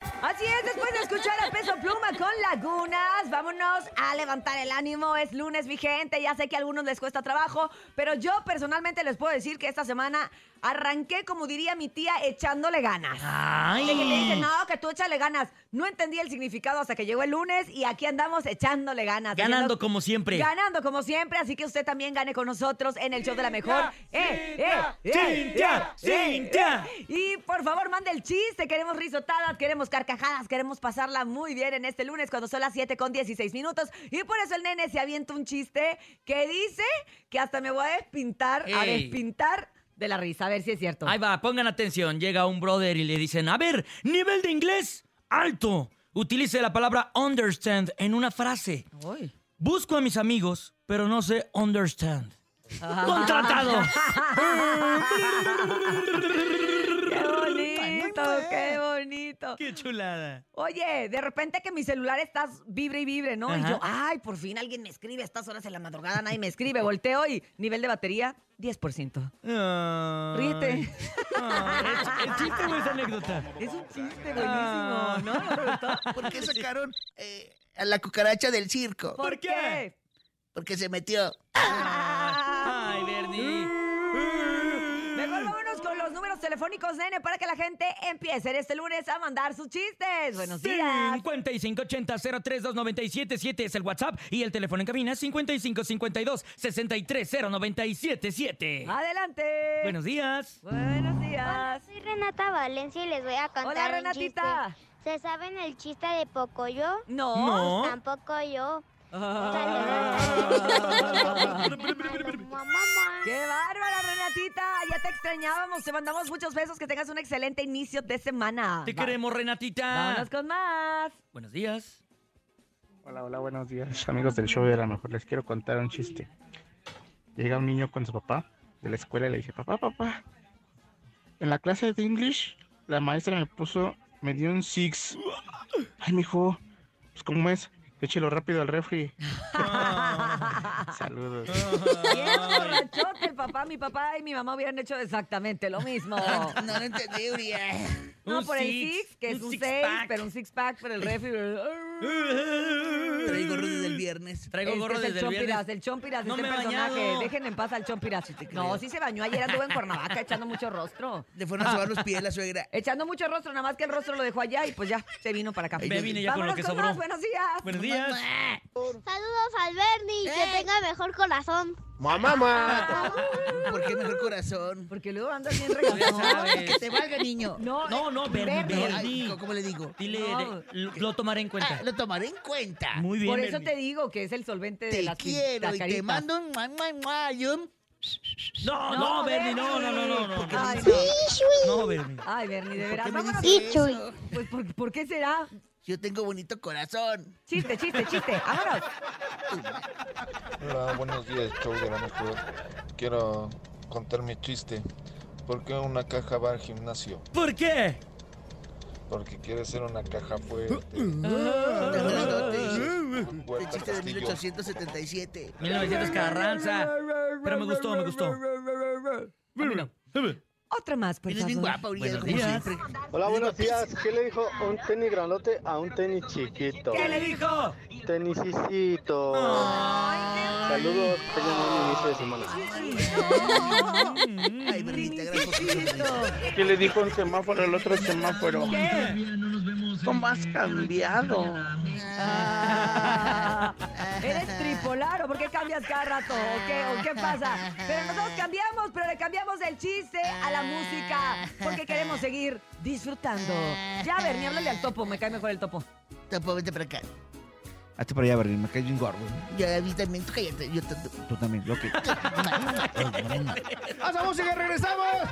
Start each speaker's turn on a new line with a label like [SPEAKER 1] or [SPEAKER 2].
[SPEAKER 1] Así es, después de escuchar a Peso Pluma con Lagunas, vámonos a levantar el ánimo. Es lunes, mi gente. Ya sé que a algunos les cuesta trabajo, pero yo personalmente les puedo decir que esta semana arranqué, como diría mi tía, echándole ganas. De que te dicen,
[SPEAKER 2] Ay.
[SPEAKER 1] no, que tú échale ganas. No entendí el significado hasta que llegó el lunes y aquí andamos echándole ganas.
[SPEAKER 2] Ganando
[SPEAKER 1] Haciendo-
[SPEAKER 2] como siempre.
[SPEAKER 1] Ganando como siempre, así que usted también gane con nosotros en el show de la mejor. Eh,
[SPEAKER 3] Cintia,
[SPEAKER 2] Cintia, Cintia.
[SPEAKER 1] Y por favor, mande el chiste. Queremos risotadas, queremos carcajadas, queremos pasarla muy bien en este lunes cuando son las 7 con 16 minutos. Y por eso el nene se avienta un chiste que dice que hasta me voy a despintar, a
[SPEAKER 2] Ey.
[SPEAKER 1] despintar de la risa. A ver si es cierto.
[SPEAKER 2] Ahí va, pongan atención. Llega un brother y le dicen, a ver, nivel de inglés alto. Utilice la palabra understand en una frase.
[SPEAKER 1] Uy.
[SPEAKER 2] Busco a mis amigos, pero no sé understand.
[SPEAKER 1] Ah.
[SPEAKER 2] ¡Contratado!
[SPEAKER 1] ¡Qué bonito! ¡Qué bonito!
[SPEAKER 2] ¡Qué chulada!
[SPEAKER 1] Oye, de repente que mi celular estás vibre y vibre, ¿no? Y
[SPEAKER 2] Ajá.
[SPEAKER 1] yo, ay, por fin alguien me escribe a estas horas en la madrugada, nadie me escribe. Volteo y nivel de batería, 10%.
[SPEAKER 2] Ay.
[SPEAKER 1] Ríete.
[SPEAKER 2] Ay, ¿Es, es chiste o es anécdota?
[SPEAKER 1] Es un chiste buenísimo,
[SPEAKER 2] Ah.
[SPEAKER 1] ¿no? ¿No te gustó?
[SPEAKER 3] ¿Por qué sacaron eh, a la cucaracha del circo?
[SPEAKER 2] ¿Por qué?
[SPEAKER 3] Porque se metió.
[SPEAKER 2] Ay, Bernie.
[SPEAKER 1] Ah. Mejor vámonos con los números telefónicos, nene, para que la gente empiece en este lunes a mandar sus chistes. Buenos días.
[SPEAKER 2] 5580-032977 es el WhatsApp y el teléfono en cabina 5552-630977.
[SPEAKER 1] Adelante.
[SPEAKER 2] Buenos días.
[SPEAKER 1] Buenos días.
[SPEAKER 4] Hola, soy Renata Valencia y les voy a contar
[SPEAKER 1] Hola,
[SPEAKER 4] un
[SPEAKER 1] Renatita.
[SPEAKER 4] chiste. ¿Se saben el chiste de Pocoyo?
[SPEAKER 1] No.
[SPEAKER 2] No.
[SPEAKER 4] Tampoco yo.
[SPEAKER 1] Ah.
[SPEAKER 4] Mamá.
[SPEAKER 1] ¡Qué bárbara, Renatita! Ya te extrañábamos. Te mandamos muchos besos. Que tengas un excelente inicio de semana.
[SPEAKER 2] Te
[SPEAKER 1] Va-
[SPEAKER 2] queremos, Renatita.
[SPEAKER 1] Vámonos con más.
[SPEAKER 2] Buenos días.
[SPEAKER 5] Hola, hola, buenos días, amigos del show de la mejor. Les quiero contar un chiste. Llega un niño con su papá de la escuela y le dice, papá, papá, en la clase de English, la maestra me puso, me dio un six. Ay, mijo, pues ¿cómo es? Échelo rápido al refri. Saludos.
[SPEAKER 1] Bien borrachote, papá. Mi papá y mi mamá hubieran hecho exactamente lo mismo.
[SPEAKER 3] No lo entendí, Uriah.
[SPEAKER 1] No,
[SPEAKER 2] Un
[SPEAKER 1] por el
[SPEAKER 2] six,
[SPEAKER 1] six, que es
[SPEAKER 2] un
[SPEAKER 1] un
[SPEAKER 2] six
[SPEAKER 1] seis,
[SPEAKER 2] pack.
[SPEAKER 1] pero un six pack, pero el refri.
[SPEAKER 3] Traigo gorro desde el viernes.
[SPEAKER 2] Traigo
[SPEAKER 1] Este
[SPEAKER 2] gorro
[SPEAKER 1] es el
[SPEAKER 2] desde el
[SPEAKER 1] Chompiras,
[SPEAKER 2] viernes.
[SPEAKER 1] el Chompiras,
[SPEAKER 2] No
[SPEAKER 1] este
[SPEAKER 2] me he
[SPEAKER 1] personaje.
[SPEAKER 2] bañado.
[SPEAKER 1] Dejen en paz al Chompiras. No, sí se bañó ayer, anduvo en Cuernavaca echando mucho rostro.
[SPEAKER 3] Le fueron a sobar los pies la suegra.
[SPEAKER 1] Echando mucho rostro, nada más que el rostro lo dejó allá y pues ya, se vino para acá.
[SPEAKER 2] Me vine ya con lo
[SPEAKER 1] Vámonos
[SPEAKER 2] que
[SPEAKER 1] con
[SPEAKER 2] sobró.
[SPEAKER 1] más, buenos días.
[SPEAKER 2] Buenos días.
[SPEAKER 4] Saludos al Bernie,
[SPEAKER 1] Eh.
[SPEAKER 4] que tenga mejor corazón.
[SPEAKER 3] ¿Por qué mejor corazón?
[SPEAKER 1] Porque luego andas bien
[SPEAKER 2] Ya
[SPEAKER 1] regalado.
[SPEAKER 2] sabes.
[SPEAKER 3] Te valga, niño.
[SPEAKER 1] No, eh,
[SPEAKER 2] No, no, Bernie,
[SPEAKER 1] Bernie.
[SPEAKER 2] Bernie.
[SPEAKER 3] Ay, ¿Cómo le digo?
[SPEAKER 2] Dile,
[SPEAKER 1] No.
[SPEAKER 2] de- lo, lo tomaré en
[SPEAKER 3] Ah,
[SPEAKER 2] cuenta.
[SPEAKER 3] lo tomaré en cuenta.
[SPEAKER 2] Muy bien.
[SPEAKER 1] Por eso
[SPEAKER 2] Bernie.
[SPEAKER 1] te digo que es el solvente de
[SPEAKER 3] Te
[SPEAKER 1] las
[SPEAKER 3] quiero y te
[SPEAKER 1] cascaritas.
[SPEAKER 3] mando un mua, mua, mua, y un-
[SPEAKER 2] No, no, Bernie, no, no, no, no, no.
[SPEAKER 1] Ay,
[SPEAKER 2] No, Bernie.
[SPEAKER 1] ay, Bernie, de veras.
[SPEAKER 3] ¿Por qué me
[SPEAKER 1] Vámonos.
[SPEAKER 3] dices
[SPEAKER 4] Sí, Chuy.
[SPEAKER 3] eso?
[SPEAKER 1] Pues, ¿por, por qué será?
[SPEAKER 3] Yo tengo bonito corazón.
[SPEAKER 1] Chiste, chiste, chiste. Vámonos.
[SPEAKER 6] Hola, buenos días, show de la mejor. Quiero contar mi chiste. ¿Por qué una caja va al gimnasio?
[SPEAKER 2] ¿Por qué?
[SPEAKER 6] Porque quiere ser una caja fuerte.
[SPEAKER 3] Te
[SPEAKER 2] Ah.
[SPEAKER 3] grandote. El
[SPEAKER 6] Huerta
[SPEAKER 3] chiste de
[SPEAKER 6] Castillo.
[SPEAKER 3] 1877.
[SPEAKER 2] 1900 Carranza. Pero me gustó, me gustó.
[SPEAKER 1] Otra más, por
[SPEAKER 3] Eres bien
[SPEAKER 1] favor.
[SPEAKER 3] guapa, Uriah,
[SPEAKER 2] Buenos
[SPEAKER 3] como
[SPEAKER 2] días.
[SPEAKER 3] siempre.
[SPEAKER 7] Hola, buenos días. ¿Qué le dijo un tenis granote a un tenis chiquito?
[SPEAKER 2] ¿Qué le dijo?
[SPEAKER 7] Tenisicito. Saludos, tengan buen inicio de semana.
[SPEAKER 3] Ay, Bernita, gracias por tu sonrisa.
[SPEAKER 5] ¿Qué le dijo un semáforo al otro semáforo? ¿Cómo has cambiado?
[SPEAKER 1] Ah, Eres tripolaro, ¿por qué cambias cada rato? ¿O qué, ¿O qué pasa? Pero nosotros cambiamos, pero le cambiamos el chiste a la música, porque queremos seguir disfrutando. Ya, Bernie, háblale al topo, me cae mejor el topo.
[SPEAKER 3] Topo, vente para acá.
[SPEAKER 8] Hazte para allá, Berlín, me caes bien gordo. ¿eh?
[SPEAKER 3] Yo a mí también, tú cállate. Yo te...
[SPEAKER 8] Tú también, lo que...
[SPEAKER 3] Mua, mua, mua.
[SPEAKER 8] ¡Haz música, regresamos!